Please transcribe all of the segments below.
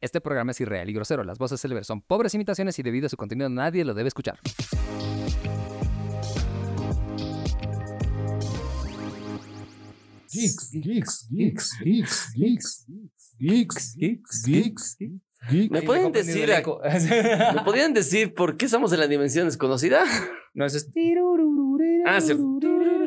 Este programa es irreal y grosero. Las voces célebres son pobres imitaciones y debido a su contenido nadie lo debe escuchar. Geeks, geeks, geeks, geeks, geeks, geeks, geeks, geeks, geeks. ¿Me pueden decir, a- ¿me podrían decir por qué somos en la dimensión desconocida? No, eso es. Ah, sí.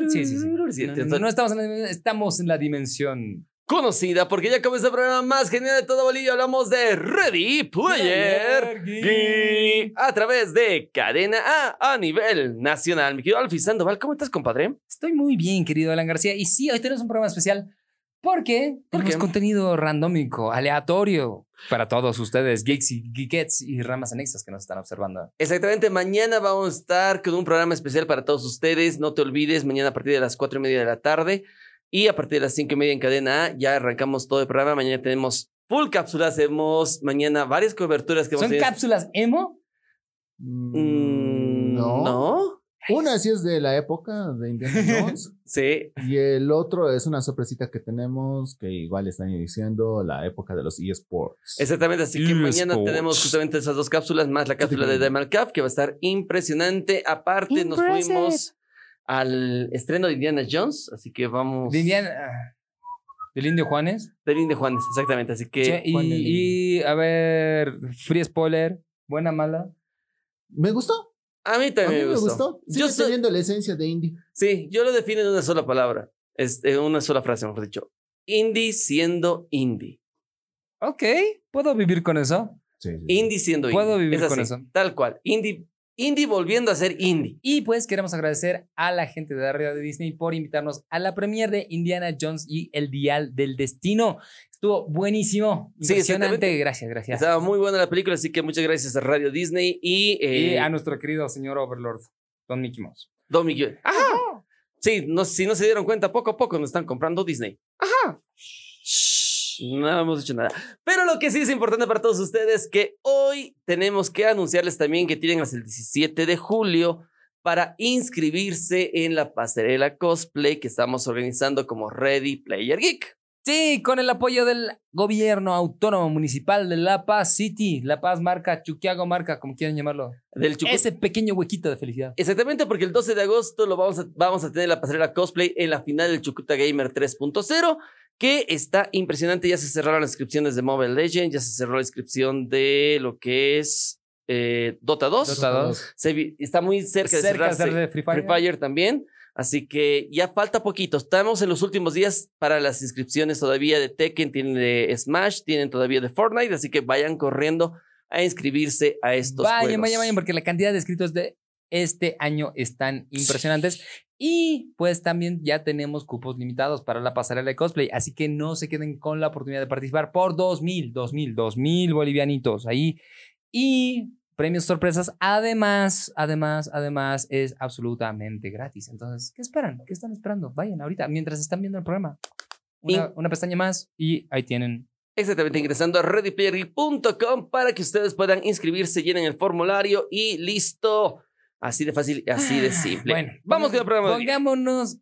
Sí, sí, sí. Sí, No, entiendo. no, no estamos en la dimensión, estamos en la dimensión. Conocida, porque ya comenzó el programa más genial de todo Bolivia. Hablamos de Ready Player Geek a través de Cadena A a nivel nacional. Mi querido Alfie Sandoval, ¿cómo estás, compadre? Estoy muy bien, querido Alan García. Y sí, hoy tenemos un programa especial porque tenemos qué? contenido randómico, aleatorio para todos ustedes, geeks y geekettes y ramas anexas que nos están observando. Exactamente, mañana vamos a estar con un programa especial para todos ustedes. No te olvides, mañana a partir de las cuatro y media de la tarde y a partir de las cinco y media en cadena A, ya arrancamos todo el programa. Mañana tenemos full cápsulas, hacemos mañana varias coberturas que vamos ¿Son Este a tener. cápsulas emo? Mm, No. ¿No? Una sí es de la época de Indiana Jones Sí. y el otro es una sorpresita que tenemos que igual están iniciando la época de los eSports. Exactamente, así que EA mañana Sports. tenemos justamente esas dos cápsulas, más la cápsula de Diamond Cup, que va a estar impresionante. Aparte, nos fuimos al estreno de Indiana Jones, así que vamos. ¿De Indiana? ah, ¿Del Indio Juanes? Del Indio Juanes, exactamente. Así que. Che, Juan del y, y, a ver, free spoiler, buena, mala. ¿Me gustó? A mí A mí también me gustó. Sigue Yo soy- teniendo la esencia de indie. Sí, yo lo defino en una sola palabra, este, en una sola frase, mejor dicho. Indie siendo indie. Ok, puedo vivir con eso. Sí, sí, sí. Indie siendo indie. Puedo vivir Es así, con eso. Tal cual. Indie, indie volviendo a ser indie. Y pues queremos agradecer a la gente de Arriba de Disney por invitarnos a la premier de Indiana Jones y El Dial del Destino. Estuvo buenísimo. Sí, Impresionante. exactamente. gracias, gracias. Estaba muy buena la película, así que muchas gracias a Radio Disney y, eh, Y a nuestro querido señor Overlord, Don Mickey Mouse. Don Miguel. ¡Ajá! Sí, no, si no se dieron cuenta, poco a poco nos están comprando Disney. ¡Ajá! Shh, No hemos dicho nada. Pero lo que sí es importante para todos ustedes que hoy tenemos que anunciarles también que tienen hasta el 17 de julio para inscribirse en la pasarela cosplay que estamos organizando como Ready Player Geek. Sí, con el apoyo del gobierno autónomo municipal de La Paz City, La Paz Marca, Chuquiago Marca, como quieran llamarlo. Del Chucu- Ese pequeño huequito de felicidad. Exactamente, porque el 12 de agosto lo vamos a, vamos a tener la pasarela cosplay en la final del Chucuta Gamer 3.0, que está impresionante. Ya se cerraron las inscripciones de Mobile Legends, ya se cerró la inscripción de lo que es eh, Dota 2. Dota dos. Se vi- está muy cerca de Cerca de cerrarse ser de Free Fire. Free Fire también. Así que ya falta poquito. Estamos en los últimos días para las inscripciones todavía de Tekken, tienen de Smash, tienen todavía de Fortnite, así que vayan corriendo a inscribirse a estos Vayan, juegos. vayan, vayan, porque la cantidad de escritos de este año están impresionantes. Y pues también ya tenemos cupos limitados para la pasarela de cosplay, así que no se queden con la oportunidad de participar por 2.000, 2.000, 2.000 bolivianitos ahí. Y premios sorpresas, además, además, además, es absolutamente gratis. Entonces, ¿qué esperan? ¿Qué están esperando? Vayan ahorita, mientras están viendo el programa. Una, In- una pestaña más y ahí tienen Exactamente, ingresando a readyplayergeek.com para que ustedes puedan inscribirse, llenen el formulario y listo. Así de fácil, y así de simple. Ah, Bueno, vamos con el programa. de hoy. Pongámonos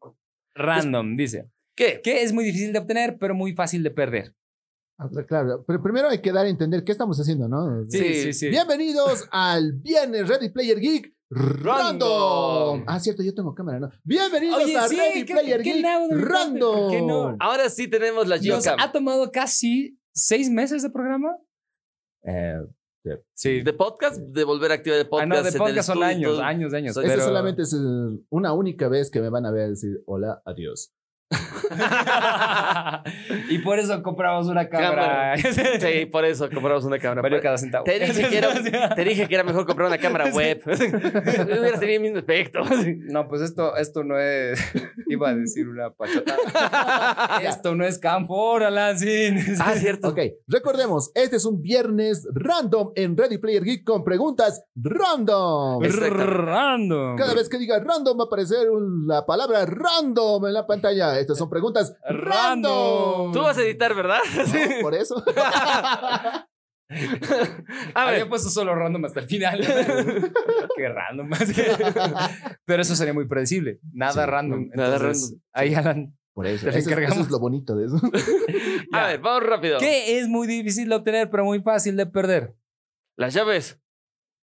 random, dice. ¿Qué? Que es muy difícil de obtener, pero muy fácil de perder. Ah, Claro, pero primero hay que dar a entender qué estamos haciendo, ¿no? Sí, Bienvenidos al Viernes Ready Player Geek Random. Random. Ah, cierto, yo tengo cámara, ¿no? Bienvenidos Oye, a sí, Ready ¿qué- Player qué Geek nabo de mi parte? Random. ¿Por qué no? Ahora sí tenemos la Nos Geocam ha tomado casi seis meses de programa. Eh, Sí. de podcast, de volver a activar el ah, podcast. no, de en el podcast son estudio y años, todo. años, años. Eso esa pero- solamente es eh, una única vez que me van a ver decir hola, adiós. y por eso compramos una cámara. Cámara. Sí, por eso compramos una cámara. Valió cada centavo. Te dije, que era, te dije que era mejor comprar una cámara web. Hubiera tenido el mismo efecto. No, pues esto, esto no es. Iba a decir una pachotada. esto no es campo, Alancín. Ah, cierto. Ok, recordemos, este es un Viernes Random en Ready Player Geek con preguntas random. Exactamente. Random. Cada vez que diga random va a aparecer un- la palabra random en la pantalla. Estas son preguntas random. Random. Tú vas a editar, ¿verdad? No, Por eso. A ver, Había puesto solo random hasta el final. Qué random. Pero eso sería muy predecible. Nada Sí, random. nada Entonces, Ahí, Alan, Por eso. Te Eso es, encargamos. eso es lo bonito de eso. A ver, vamos rápido. Que es muy difícil de obtener, pero muy fácil de perder. Las llaves.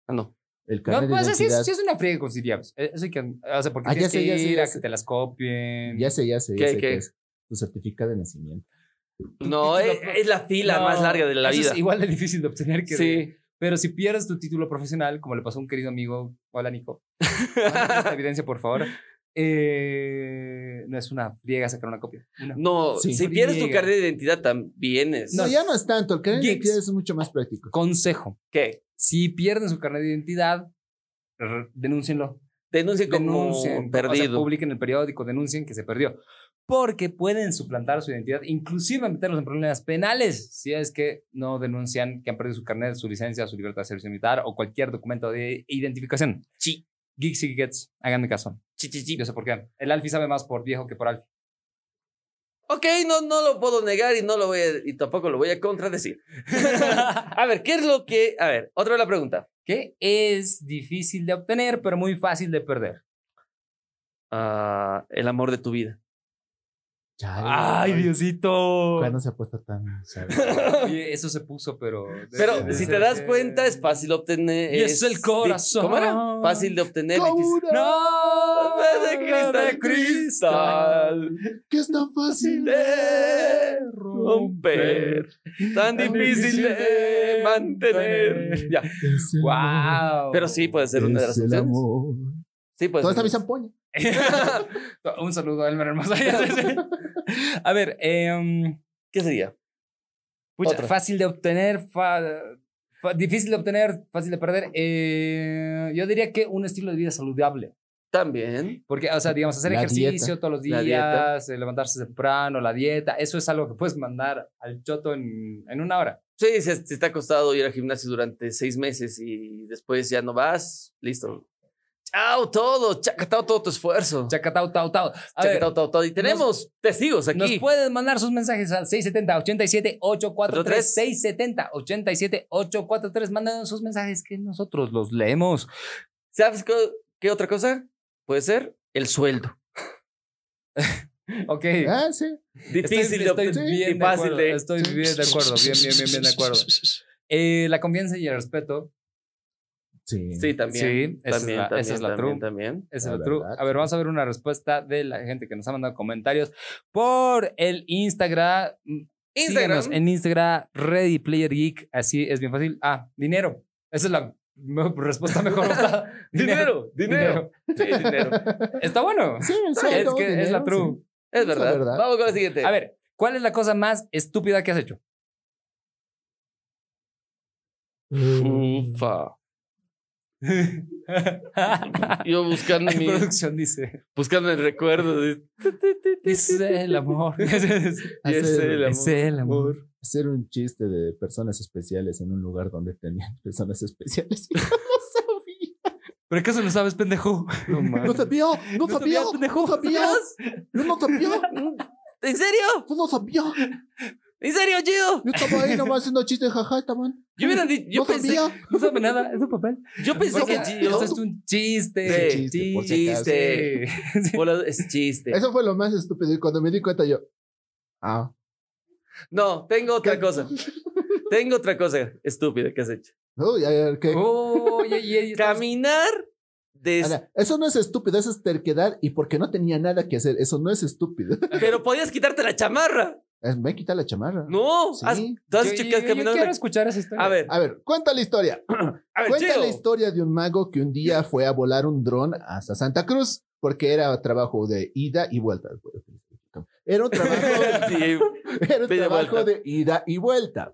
Ah, no. El carnet No, pues de sí es, identidad. sí es una friega con llaves. Eh, Eso hay que, o sea, porque Ah, ya tienes sé, que ya sé, ir ya a que sé. te las copien. Ya sé, ya sé. ya ¿Qué, sé qué? es. Tu certificado de nacimiento. No, es, es la fila Este No, más larga de la eso vida. Es igual de difícil de obtener que. Sí. Pero si pierdes tu título profesional, como le pasó a un querido amigo, hola Nico, manda esta evidencia, por favor. Eh, no es una friega sacar una copia. Una- No, Sí. si pierdes tu Friega. carnet de identidad también es. No, ya no es tanto. El carnet de Geeks. identidad es mucho más práctico. Consejo: ¿Qué? si pierden su carnet de identidad, r- denúncienlo. Denuncia como Denuncien, O sea, perdido. publiquen en el periódico, denuncien que se perdió. Porque pueden suplantar su identidad, inclusive meterlos en problemas penales si es que no denuncian que han perdido su carnet, su licencia, su libertad de servicio militar o cualquier documento de identificación. Sí. Geeks y Gets, háganme caso. Chi, chi, chi. Yo sé por qué. El Alfie sabe más por viejo que por Alfie. Ok, no, no lo puedo negar y no lo voy a- y tampoco lo voy a contradecir. a ver, ¿qué es lo que. A ver, otra vez la pregunta. Que es difícil de obtener, pero muy fácil de perder. Ah, el amor de tu vida. Chale, Diosito! ¿Cuándo se ha puesto tan sabio? Oye, eso se puso, pero. Pero si te das cuenta, es fácil obtener. Y es el corazón. ¿Cómo era? Fácil de obtener. difícil- ¡No! ¡No! De cristal, cristal. Que es tan fácil De de romper. Tan difícil de mantener. Ya. Es el amor, ¡Wow! Pero sí pues. puede ser una de las es el opciones. Pues amor. Sí puede Toda ser. esta misa poña. Un saludo a Elmer Hermosa. a ver, em, ¿Qué sería? pucha, Otra. fácil de obtener, fa- fa- difícil de obtener, fácil de perder. Eh, yo diría que un estilo de vida saludable. También. Porque, o sea, digamos, hacer La ejercicio dieta. todos los La dieta. días, eh, levantarse temprano, la dieta, eso es algo que puedes mandar al choto en, en una hora. Sí, si si te ha costado ir al gimnasio durante seis meses y después ya no vas, listo. Chao todo, chacatao todo tu esfuerzo. Chacatao, tau, tau. A ver, Chacatao todo, todo. Y tenemos testigos nos aquí. pueden mandar sus mensajes al 670-87-843, 670-87-843. Mándanos sus mensajes que nosotros los leemos. ¿Sabes qué, qué otra cosa? Puede ser el sueldo. Ok. Ah, sí. Difícil de estoy, obtener bien y de fácil acuerdo, de- Estoy bien de acuerdo, bien, bien, bien, bien de acuerdo. Eh, la confianza y el respeto. Sí. Sí, también. Sí, esa es también, la- esa también, es la también, true. también. Esa La es la true. verdad, A ver, sí. vamos a ver una respuesta de la gente que nos ha mandado comentarios por el Instagram. Instagram. Síganos en Instagram, Ready Player Geek. Así es bien fácil. Ah, dinero. Esa es la me- respuesta mejor. votada. Dinero, dinero. Sí, dinero. Está bueno. Sí, el es sueldo, que es la dinero, true. sí. Es Es la verdad. verdad. Vamos con la siguiente. A ver, ¿cuál es la cosa más estúpida que has hecho? Mm. Ufa. Yo buscando Mi mi, producción dice. buscando el recuerdo. de- Es el amor. y es Hacer- el amor. es el amor. Hacer un chiste de personas especiales en un lugar donde tenían personas especiales. y no ¿Pero acaso lo sabes, pendejo? No sabía. No mames. sabía. No sabía. pendejo. No sabía. Yo no sabía. ¿En serio? Yo no sabía. ¿En serio, Gio? Yo estaba ahí nomás haciendo chistes, jaja, estaban. Yo, hubiera di- yo No pensé, sabía. No sabe nada, es un papel. yo pensé No, que no, Gio... no. Eso es un chiste. Sí, chiste, por si acaso. chiste. Bola- Es chiste. Eso fue lo más estúpido. Y cuando me di cuenta, yo. Ah. No, tengo otra ¿Qué? cosa. Tengo otra cosa estúpida que has hecho. Uy, a ver, ¿qué? Oh, Oye, oye, oye, Caminar des- Ana, eso no es estúpido, eso es terquedad. Y porque no tenía nada que hacer, eso no es estúpido. Pero podías quitarte la chamarra. Eh, Me quita la chamarra. No, Sí. has- tú has Yo- dicho yo- que has yo caminado. quiero escuchar esa historia. A ver, A ver, cuenta la historia. a ver, Cuenta Gio. la historia de un mago que un día fue a volar un dron hasta Santa Cruz porque era trabajo de ida y vuelta. Era un trabajo, Sí, era un Ida y vuelta. trabajo de ida y vuelta.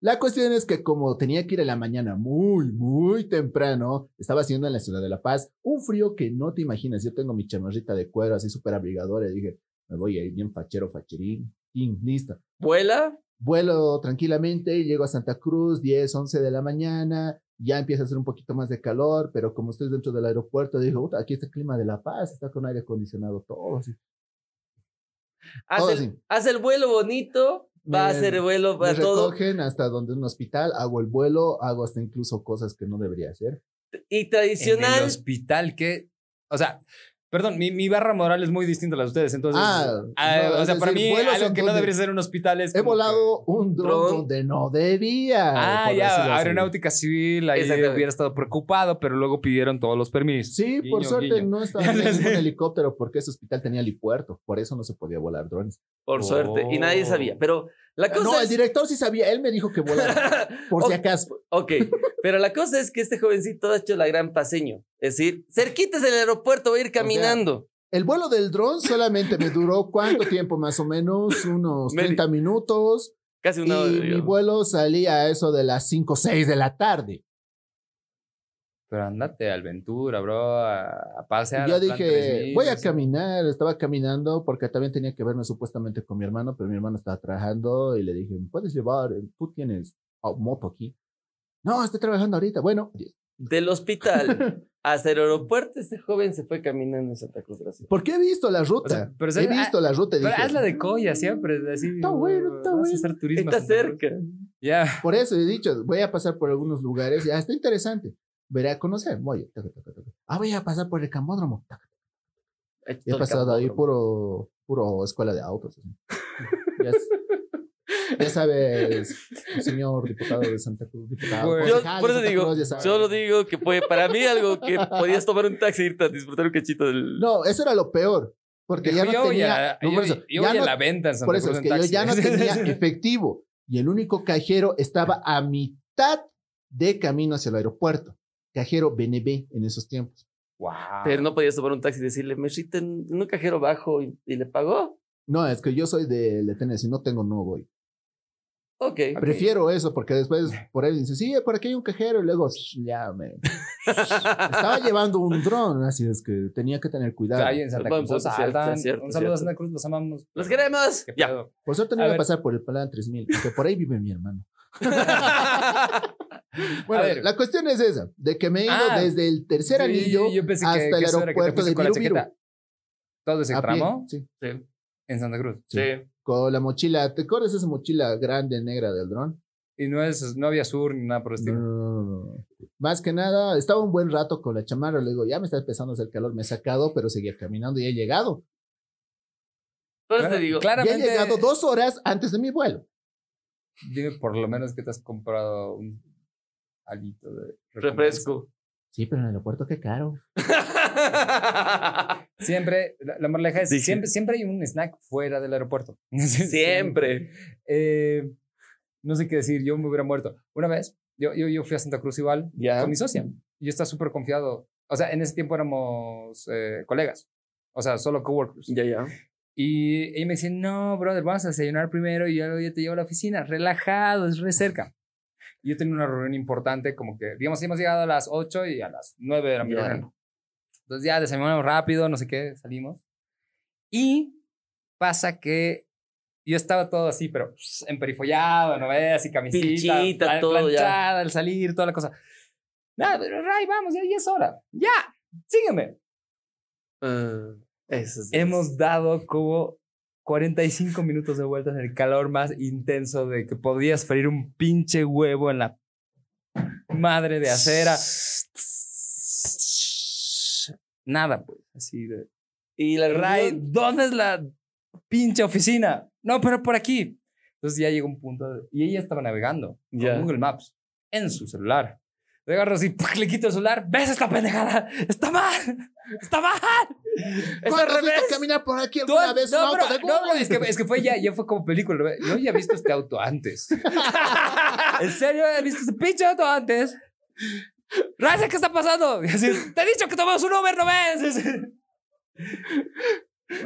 La cuestión es que como tenía que ir en la mañana muy, muy temprano, estaba haciendo en la ciudad de La Paz un frío que no te imaginas. Yo tengo mi chamarrita de cuero así súper abrigadora y dije, me voy a ir bien fachero, facherín, tin, listo. Vuela. Vuelo tranquilamente, llego a Santa Cruz, 10, 11 de la mañana, ya empieza a hacer un poquito más de calor, pero como estoy dentro del aeropuerto, digo, "Puta, aquí está el clima de La Paz, está con aire acondicionado todo. Así. Haz Todo el, así. haz el vuelo bonito, va a Me- hacer vuelo Me para todo. recogen hasta donde un hospital, hago el vuelo, hago hasta incluso cosas que no debería hacer. Y En el tradicional, hospital, que. O sea, Perdón, mi, mi barra moral es muy distinta a la de ustedes, entonces. Ah, ah, no, o es sea, para decir, mí, vuelos algo en que no donde debería ser un hospital es. He como que- volado un dron Dron. donde no debía. Ah, por decirlo ya, así. aeronáutica civil, ahí Exactamente. hubiera estado preocupado, pero luego pidieron todos los permisos. Sí, por Guiño, suerte guiño. no estaba en ningún helicóptero porque ese hospital tenía helipuerto, por eso no se podía volar drones. Por Oh. suerte. Y nadie sabía. Pero la cosa No, el es. director sí sabía, él me dijo que volara, por si Ok. acaso. Ok, pero la cosa es que este jovencito ha hecho la gran paseño. Es decir, cerquitas del aeropuerto, voy a ir caminando. El vuelo del dron solamente me duró cuánto tiempo, más o menos, unos Medio. 30 minutos. Casi una hora. y mi digamos. vuelo salía a eso de las 5 o 6 de la tarde. Pero andate a Alventura, bro, a, a pasear. Yo a Plan dije, 3000, voy no a sé. caminar, estaba caminando porque también tenía que verme supuestamente con mi hermano, pero mi hermano estaba trabajando y le dije, ¿me puedes llevar? ¿Tú tienes oh, moto aquí? No, estoy trabajando ahorita. Bueno, Del hospital hasta el aeropuerto, este joven se fue caminando en Santa Cruz Brasil. porque he visto la O sea, ruta. pero he ¿sabes? Ah, visto la ruta. y Pero dije, hazla de colla siempre, así. Está bueno, está vas a bueno. hacer turismo Está hasta- cerca. Ya. Por eso he dicho, voy a pasar por algunos lugares. y, Ah, está interesante. Veré a conocer. Voy. taca, taca, taca. Ah, voy a pasar por el camódromo. taca. He pasado ahí puro, puro escuela de autos. así. Ya, es- ya sabes, señor diputado de Santa Cruz, diputado. Bueno, Yo, concejal de por eso Santa digo, Cruz, ya sabes. Solo digo que puede, para mí algo que podías tomar un taxi e irte a disfrutar un cachito del... No, eso era lo peor. Porque ya Dijo, no yo voy tenía. a- no, yo voy- por eso, yo ya voy a no- la venta en Santa por eso Cruz es en que yo taxi. ya no tenía efectivo. Y el único cajero estaba a mitad de camino hacia el aeropuerto. Cajero BNB en esos tiempos. Wow. Ah. Pero no podías tomar un taxi y decirle, me cita en en un cajero bajo y, y le pagó. No, es que yo soy de, de Tennessee, no tengo, no voy. Ok. Prefiero eso porque después por ahí dice, sí, por aquí hay un cajero y luego "Shh, ya me... Estaba llevando un dron, así es que tenía que tener O cuidado. sea, ahí en Santa Buen Cruz. punto, cierto, saltan. cierto, Un saludo a Santa cierto. Pues Cruz, los amamos. ¡Los queremos! Qué Ya. pedo. Por suerte no A iba a ver. pasar por el Plan 3000, que por ahí vive mi hermano. A Bueno, ver. la cuestión es esa, de que me he ido Ah, desde el tercer Yo- yo- anillo yo pensé que- hasta que eso era el que te aeropuerto fuiste de con la Viru Viru. chaqueta. Todo ese A pie, tramo sí, en Santa Cruz. Sí. con la mochila. ¿Te acuerdas esa mochila grande negra del dron? Y no, es, no había sur ni nada por el No, estilo. no, no, no, no. Más que nada, estaba un buen rato con la chamarra. Le digo, ya me está empezando a hacer calor, me he sacado, pero seguía caminando y he llegado. Entonces te digo, Ya he Claramente, llegado dos horas antes de mi vuelo. dime por lo menos que te has comprado un alito de refresco. Sí, pero en el aeropuerto qué caro. Siempre, la, la moraleja es, Dije. siempre, siempre hay un snack fuera del aeropuerto. Siempre. Eh, no sé qué decir, yo me hubiera muerto. Una vez, yo, yo, yo fui a Santa Cruz igual Ya. con mi socia. y Yo estaba súper confiado. O sea, en ese tiempo éramos eh, colegas. O sea, solo coworkers. Ya, ya. Y ella me dice, no, brother, vamos a desayunar primero y yo, yo te llevo a la oficina, relajado, es re cerca. Y yo tenía una reunión importante, como que, digamos, hemos llegado a las 8 y a las 9 de la Ya. mañana. Entonces ya desayunamos rápido, no sé qué, salimos. Y pasa que yo estaba todo así, pero pss, emperifollado, ¿no ves? Y camisita, Pinchita, plan- todo ya. planchada, al salir, toda la cosa. Nada, pero Ray, vamos, ya, ya es hora. Ya, sígueme. Ah, eso es- Hemos dado como 45 minutos de vueltas en el calor más intenso de que podías freír un pinche huevo en la madre de acera. Nada, pues, así de... Y la Ray, reunión- ¿dónde es la pinche oficina? No, pero por aquí. Entonces ya llegó un punto de- y ella estaba navegando Ya. con Google Maps en su celular. Le agarro así, ¡puc! le quito el celular. ¿Ves esta pendejada? ¡Está mal! ¡Está mal! ¡Es al ¿Cuándo has revés! visto caminar por aquí Tú has- alguna vez un no, auto pero- no, de Google? no, es que, es que fue ya, ya fue como película. ¿verdad? Yo ya he visto este auto antes. ¿En serio? ¿He visto este pinche auto antes? Raza, ¿qué está pasando? Y así, Te he dicho que tomamos un Uber, ¿no ves?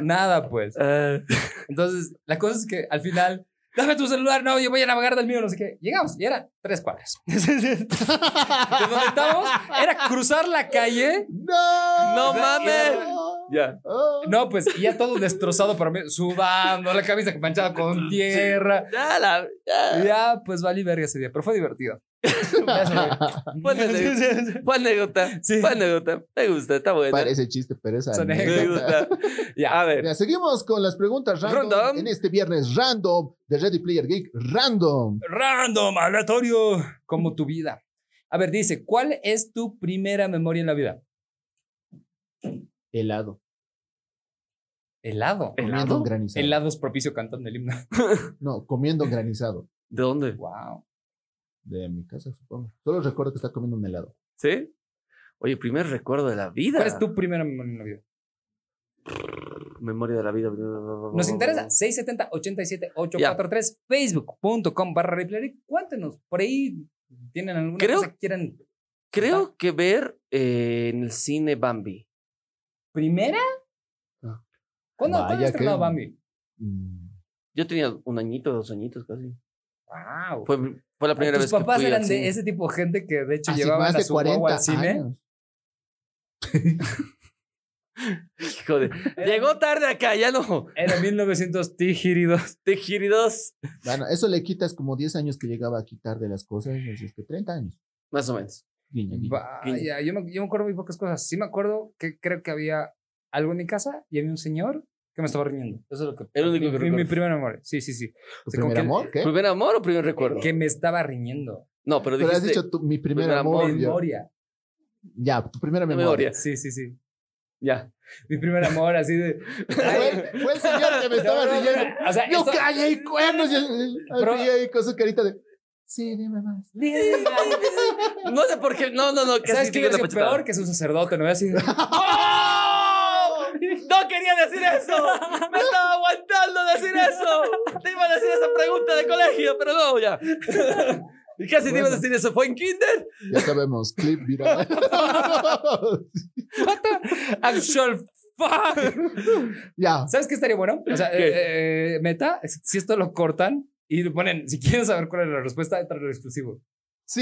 Nada, pues. Ah, Entonces, la cosa es que al final, dame tu celular, no, yo voy a navegar del mío, no sé qué. Llegamos y era tres cuadras. De donde estábamos, era cruzar la calle. ¡No! ¡No mames! ¡No! ya. ¡Oh! No, pues y ya todo destrozado para mí, sudando, la camisa manchada con tierra. Ya la- ya. Ya, pues vale verga ese día, pero fue divertido. Fue anécdota. Fue anécdota. Sí. Fue anécdota. Me gusta, está buena. Parece chiste, pero esa Es anécdota. Me gusta. Ya. A ver. Mira, seguimos con las preguntas random, Random. en este viernes random de Ready Player Geek. Random. Random, aleatorio, como tu vida. A ver, dice, ¿cuál es tu primera memoria en la vida? Helado. helado. Eh. Comiendo un ¿Helado? granizado. Helado es propicio cantando el himno. No, comiendo un granizado. ¿De dónde? Wow. De mi casa, supongo. Solo recuerdo que está comiendo un helado. ¿Sí? Oye, primer recuerdo de la vida. ¿Cuál es tu primera memoria novio? Memoria de la vida. Oh. Nos interesa 670-877-843, facebook.com barra replay. Cuéntenos, por ahí tienen alguna Creo- cosa que quieran. Creo que ver eh, en el cine Bambi. ¿Primera? Ah. ¿Cuándo, Vaya ¿cuándo que- estrenó Bambi? Mm, Yo tenía un añito, dos añitos casi. Wow. Fue, fue la primera Ah, Tus vez que papás fui eran al de cine. ese tipo de gente que de hecho hace llevaban más a de su guagua 40 al cine. años. Hijo de- Llegó tarde acá, ya no. Era 1900 tijiridos. Te giridos. Bueno, eso le quitas como 10 años que llegaba a quitar de las cosas, así es que 30 años. Más o menos. Guiño, guiño. Vaya, yo me, yo me acuerdo muy pocas cosas. Sí me acuerdo que creo que había algo en mi casa y había un señor que me estaba riñendo. Eso es lo que... El único mi- que mi, mi recuerdo. primer amor. Sí, sí, sí. ¿Tu sea, como primer que- amor? ¿Qué? ¿Primer amor o primer recuerdo? Que me estaba riñendo. No, pero Pero dijiste. has dicho tu- mi primer, primer amor. amor. yo- Memoria. ya, tu primera Memoria. memoria. Sí, sí, sí. Ya. Mi primer amor, así de. Fue, fue el señor que me estaba riendo. O sea, Yo esto- callé y cuernos. Y, el- al Pero- fin ahí con su carita de. Sí, dime más. No sé por qué. No, no, no. casi ¿Sabes qué digo hubiera sido la pachetada. peor que su sacerdote? No así. ¡Oh! No quería decir eso. Me estaba aguantando decir eso. Te iba a decir esa pregunta de colegio, pero no, ya. Y casi te iba a Bueno. decir eso. ¿Fue en kinder? Ya sabemos, clip viral. Actual fuck. ya. ¿Sabes qué estaría bueno? O sea, ¿Qué? eh, eh, meta, si esto lo cortan y le ponen, si quieren saber cuál es la respuesta, entra lo exclusivo. Sí.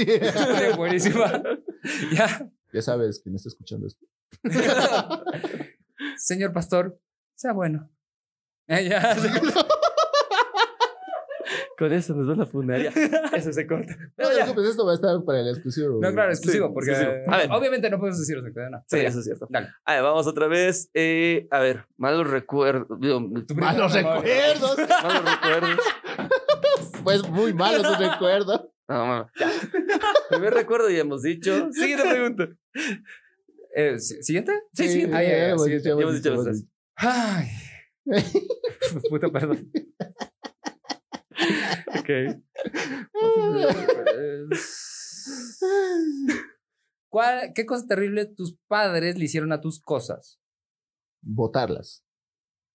Estaría buenísima. ya. Ya sabes quién está escuchando esto. Señor pastor, sea bueno. Eh, ya. Con eso nos va la funeraria. Eso se corta. No, te preocupes, pues, esto va a estar para el exclusivo. No, claro, exclusivo, Sí, porque exclusivo. A ver. obviamente no podemos decir exacto, no. Sí, Pero ya. eso es cierto. Dale. A ver, vamos otra vez. Eh, a ver, malos recuerdos. digo, Tu Ah, primera Malos memoria. recuerdos. Malos recuerdos. Pues muy malos esos recuerdos. No, no, ya. Primer recuerdo ya hemos dicho. Siguiente pregunta. Eh, ¿si- ¿Siguiente? Sí, sí. Ah, ya, ya, hemos sí, dicho, ya hemos hemos dicho, dicho hemos cosas. dicho. Ay. Puta, perdón. Ok. ¿Cuál, ¿Qué cosa terrible tus padres le hicieron a tus cosas? Botarlas.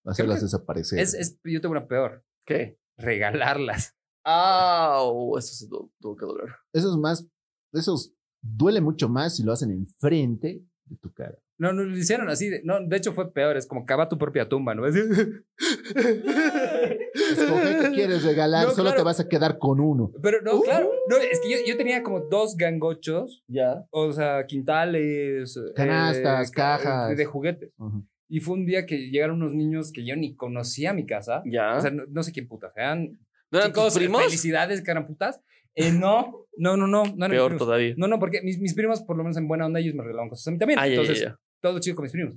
Hacerlas que desaparecer. Es, es, yo tengo una peor. ¿Qué? Regalarlas. Au, Ah, oh, eso se tu- tuvo que doler. Esos más, esos duele mucho más si lo hacen enfrente de tu cara. No, no lo hicieron así. de- no, de hecho fue peor. Es como cava tu propia tumba, ¿no? Así- Escoge qué quieres Uh. regalar, No, solo claro. te vas a quedar con uno. Pero no, claro. No, es que yo, yo tenía como dos gangochos, Ya. o sea, quintales. eh, Canastas, ca- cajas. De juguetes. Ujú. Y fue un día que llegaron unos niños que yo ni conocía a mi casa. Ya. O sea, no, no sé quién putas eran. ¿No eran tus chicos, eh, primos? Felicidades, que eran putas. Eh, no, no, no, no. no eran mis Peor primos. todavía. No, no, porque mis, mis primos, por lo menos en buena onda, ellos me regalaban cosas a mí también. Ah, ya, ya, Entonces, ya. todo chido con mis primos.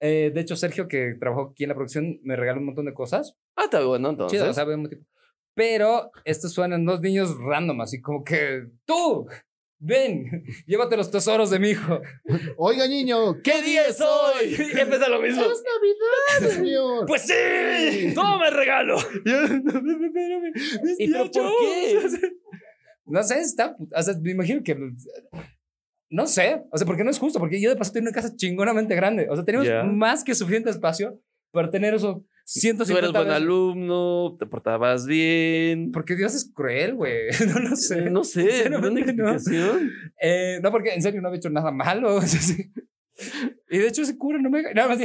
Eh, de hecho, Sergio, que trabajó aquí en la producción, me regaló un montón de cosas. Ah, está bueno, entonces. Chido, o sea, vemos tipo- Pero estos suenan dos niños random, así como que tú, ven, llévate los tesoros de mi hijo. Oiga, niño, ¿Qué día es hoy? Empieza lo mismo. es Navidad, señor. Pues sí, toma el regalo. ¿Y pero por qué? No sé, está. O sea, me imagino que. No sé. O sea, porque no es justo. Porque yo de paso tenía una casa chingonamente grande. O sea, teníamos Ya. más que suficiente espacio para tener eso. Tú 150 eres buen veces. alumno, te portabas bien. Porque Dios es cruel, güey. No lo sé. No sé, no hay Sinceramente, no. explicación. Eh, no, porque en serio no había hecho nada malo. o sea, sí. Y de hecho ese cura no me... Nada más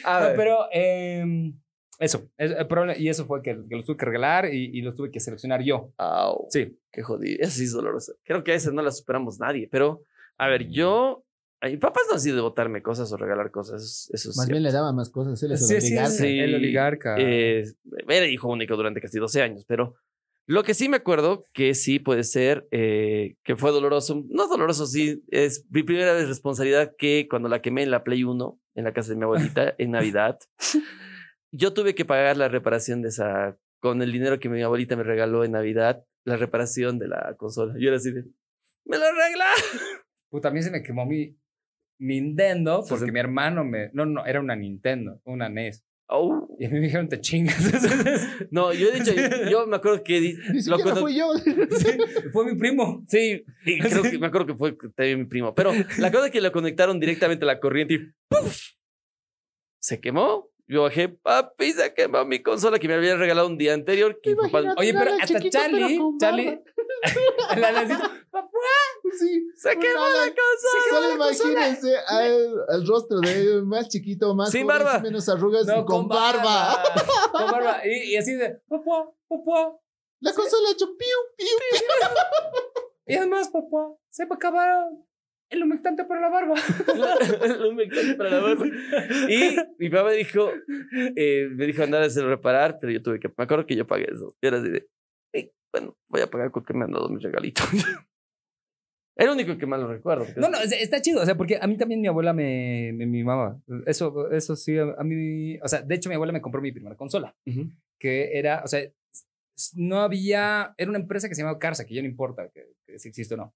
A No, ver, pero eh, eso. es- el problema- y eso fue que, que los tuve que regalar y, y los tuve que seleccionar yo. Au, Sí. qué jodido. Eso sí es doloroso. Creo que a esa no la superamos nadie, pero a Mm. ver, yo. A mis papás no han sido de botarme cosas o regalar cosas. Eso, eso es Más bien cierto. le daba más cosas, él les Sí, sí, obligaba. sí, Pues Sí. el oligarca. Eh, era hijo único durante casi 12 años, pero lo que sí me acuerdo que sí puede ser eh, que fue doloroso, no doloroso, sí, es mi primera vez responsabilidad que cuando la quemé en la Play 1 en la casa de mi abuelita en Navidad, yo tuve que pagar la reparación de esa, con el dinero que mi abuelita me regaló en Navidad, la reparación de la consola. Yo era así de, ¡me lo arregla! Puta, a mí pues, se me quemó mi Nintendo porque Sesen- mi hermano me... No, no, era una Nintendo, una NES. Au. Y a mí me dijeron, te chingas. No, yo he dicho, yo, yo me acuerdo que di- Ni lo siquiera cuando- fui yo. Fue mi primo. Sí, ¿Ah, y creo que me acuerdo que fue también mi primo. Pero la cosa es que lo conectaron directamente a la corriente y ¡puf! Se quemó. Yo bajé, papi, se quemó mi consola que me habían regalado un día anterior. que mi papá- Imagínate. Oye, pero Era hasta chiquito, pero Charlie, con barba. Charlie, al Alancito, Sí. se Un quemó la Alan. consola. Solo imagínense al, al rostro de él más chiquito, más Sin joven, barba. menos arrugas y no, Pues con, barba. Con barba. Y, y así de, papá, papá. La consola ha hecho piu, piu. Y además, papá, se me acabaron el humectante para la barba. No me cae para la barba. Y mi papá me dijo, eh, me dijo andar a hacerlo reparar, pero yo tuve que, me acuerdo que yo pagué eso. Y era así de, "Ey, bueno, voy a pagar con que me han dado mis regalitos. Era el único que mal lo recuerdo. porque- No, no, es- está chido, o sea, porque a mí también mi abuela me, me mimaba. Eso, eso sí, a, a mí, o sea, de hecho mi abuela me compró mi primera consola, Ujú. que era, o sea, s- no había, era una empresa que se llamaba Carsa, que ya no importa que, que si existe o no.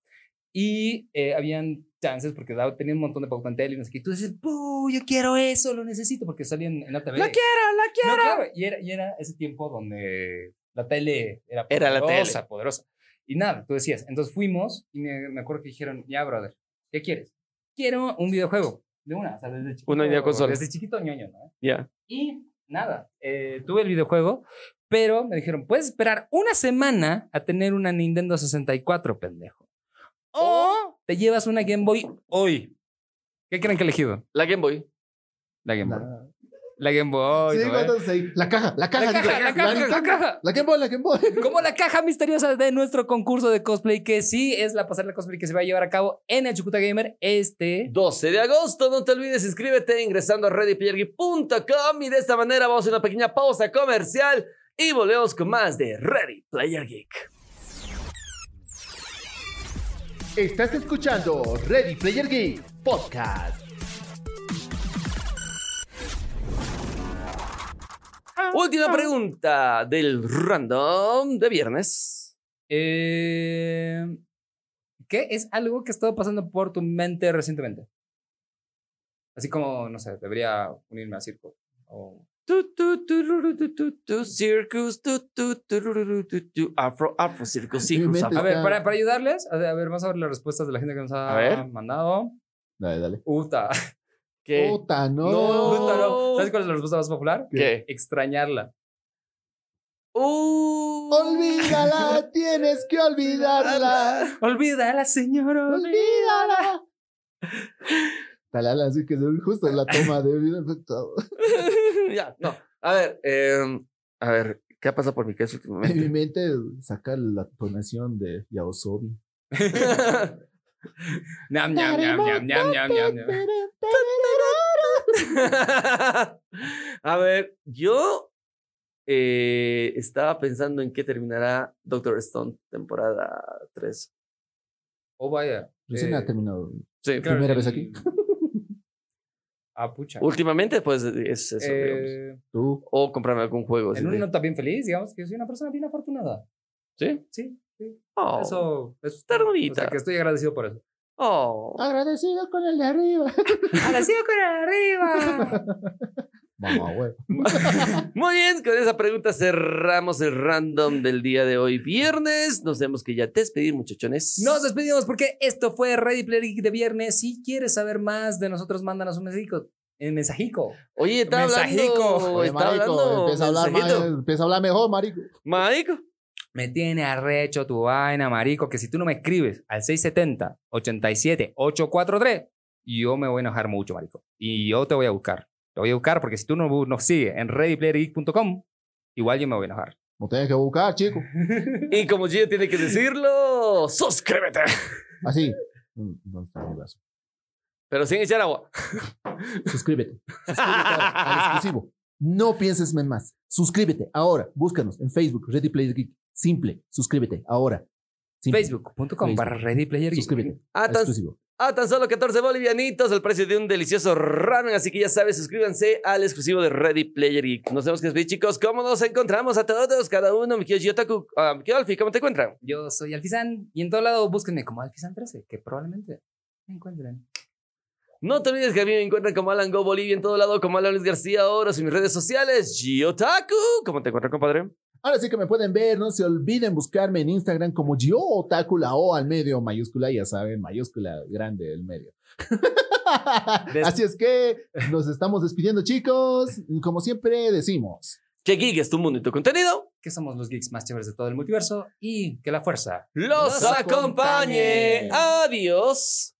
Y eh, habían chances porque daba, tenía un montón de pauta en tele y no sé qué. Y tú dices, "Buh, yo quiero eso, lo necesito, porque salía en, en la TV. ¡La quiero, la No, quiero! claro, y era, y era ese tiempo donde la tele era poderosa, Era la tele. poderosa. Y nada, tú decías, entonces fuimos y me, me acuerdo que dijeron, ya, brother, ¿qué quieres? Quiero un videojuego. De una, o sea, desde chiquito. Una videoconsola. Desde chiquito ñoño, ¿no? Ya. Y nada, eh, tuve el videojuego, pero me dijeron, puedes esperar una semana a tener una Nintendo 64, pendejo. O te llevas una Game Boy hoy. ¿Qué creen que he elegido? La Game Boy. La Game Boy. La, La Game Boy. sí, ¿no, eh? cuando se- la caja, la La caja. digo, caja, la caja, la Nintendo. caja. La Game Boy, la Game Boy. Como la caja misteriosa de nuestro concurso de cosplay, que sí es la pasarela cosplay que se va a llevar a cabo en el Chucuta Gamer este. 12 de agosto, no te olvides, inscríbete ingresando a readyplayergeek.com y de esta manera vamos a una pequeña pausa comercial y volvemos con más de Ready Player Geek. Estás escuchando Ready Player Geek Podcast. Última pregunta del random de viernes. Eh, ¿Qué es algo que ha estado pasando por tu mente recientemente? Así como, no sé, debería unirme a circo. o- Tu, tu, tu, ru, ru, tu, tu, tu, circus, tu, tu, tu, ru, ru, ru, tu, tu, afro, afro, circus, circus, Obviamente. afro. A ver, Está- para, para ayudarles, a ver, a ver, vamos a ver las respuestas de la gente que nos Pues A ha ver. mandado. Dale, dale. Uta. ¿Qué? Puta, no. No. Uta, no. ¿Sabes cuál es la respuesta más popular? Oh. ¿Qué? Extrañarla. Uh, Olvídala, tienes que olvidarla. Olvídala, señora. Olvídala. Tal Alan, así que se- justo la toma de vida. pues, ya, no. A ver, em, a ver, ¿qué ha pasado por mi casa En mi últimamente? mente sacar la tonación de Yaosobi. Ñam, ñam, ñam, ñam, ñam, ñam, ñam, ñam. A ver, yo eh, estaba pensando en qué terminará Doctor Stone temporada 3. Oh, vaya. Recién Eh, ha terminado. Sí, claro, primera el- vez aquí. Ah, pucha. últimamente pues es eso. digamos. Eh, Tú. O comprarme algún juego. así en una de- nota bien feliz, digamos que yo soy una persona bien afortunada. ¿Sí? Sí, sí. Oh, Eso es Está bonita. O sea, que estoy agradecido por eso. oh. Ah. Agradecido con el de arriba. ¡Agradecido con arriba! Mamá, güey. Muy bien, con esa pregunta cerramos el random del día de hoy, viernes. Nos tenemos que ya despedir, muchachones. Nos despedimos porque esto fue Ready Player Geek de viernes. Si quieres saber más de nosotros, mándanos un mensajico. El mensajico. Oye, está hablando. Oye, está marico, hablando. empieza, a hablar, mensajito. ma- empieza a hablar mejor, marico. Marico. Me tiene arrecho tu vaina, marico, que si tú no me escribes al 670-87-843, yo me voy a enojar mucho, marico. Y yo te voy a buscar. Te voy a buscar porque si tú no bu- nos sigues en readyplayergeek.com, igual yo me voy a enojar. No tienes que buscar, chico. Y como Gio tiene que decirlo, suscríbete. Así. Mm, ¿Dónde está mi brazo? Pero sin echar agua. Suscríbete. Suscríbete al exclusivo. No pienses en más. Suscríbete ahora. Búscanos en Facebook, Ready Player Geek. Simple. Suscríbete ahora. Simple. Facebook.com barra Suscríbete. readyplayergeek. A al tan, exclusivo. a tan solo 14 bolivianitos, el precio de un delicioso ramen. Así que ya sabes, suscríbanse al exclusivo de Ready Player Geek. Nos vemos que despedir, chicos. ¿Cómo nos encontramos a todos, cada uno? Mi querido Gio Taku, ah, mi querido Alfie, ¿cómo te encuentran? Yo soy Alfizan y en todo lado búsquenme como Alfizan13, que probablemente me encuentren. No te olvides que a mí me encuentran como Alan Go Bolivia en todo lado, como Alan Luis García Oros en mis redes sociales, Giotaku. ¿Cómo te encuentras, compadre? Ahora sí que me pueden ver, no se olviden buscarme en Instagram como Gio Otaku, la O al medio, mayúscula, ya saben, mayúscula grande del medio. Des- Así es que nos estamos despidiendo, chicos. Como siempre decimos. Que Geek es tu mundo y tu contenido. Que somos los geeks más chéveres de todo el multiverso y que la fuerza Los acompañe. acompañe. Adiós.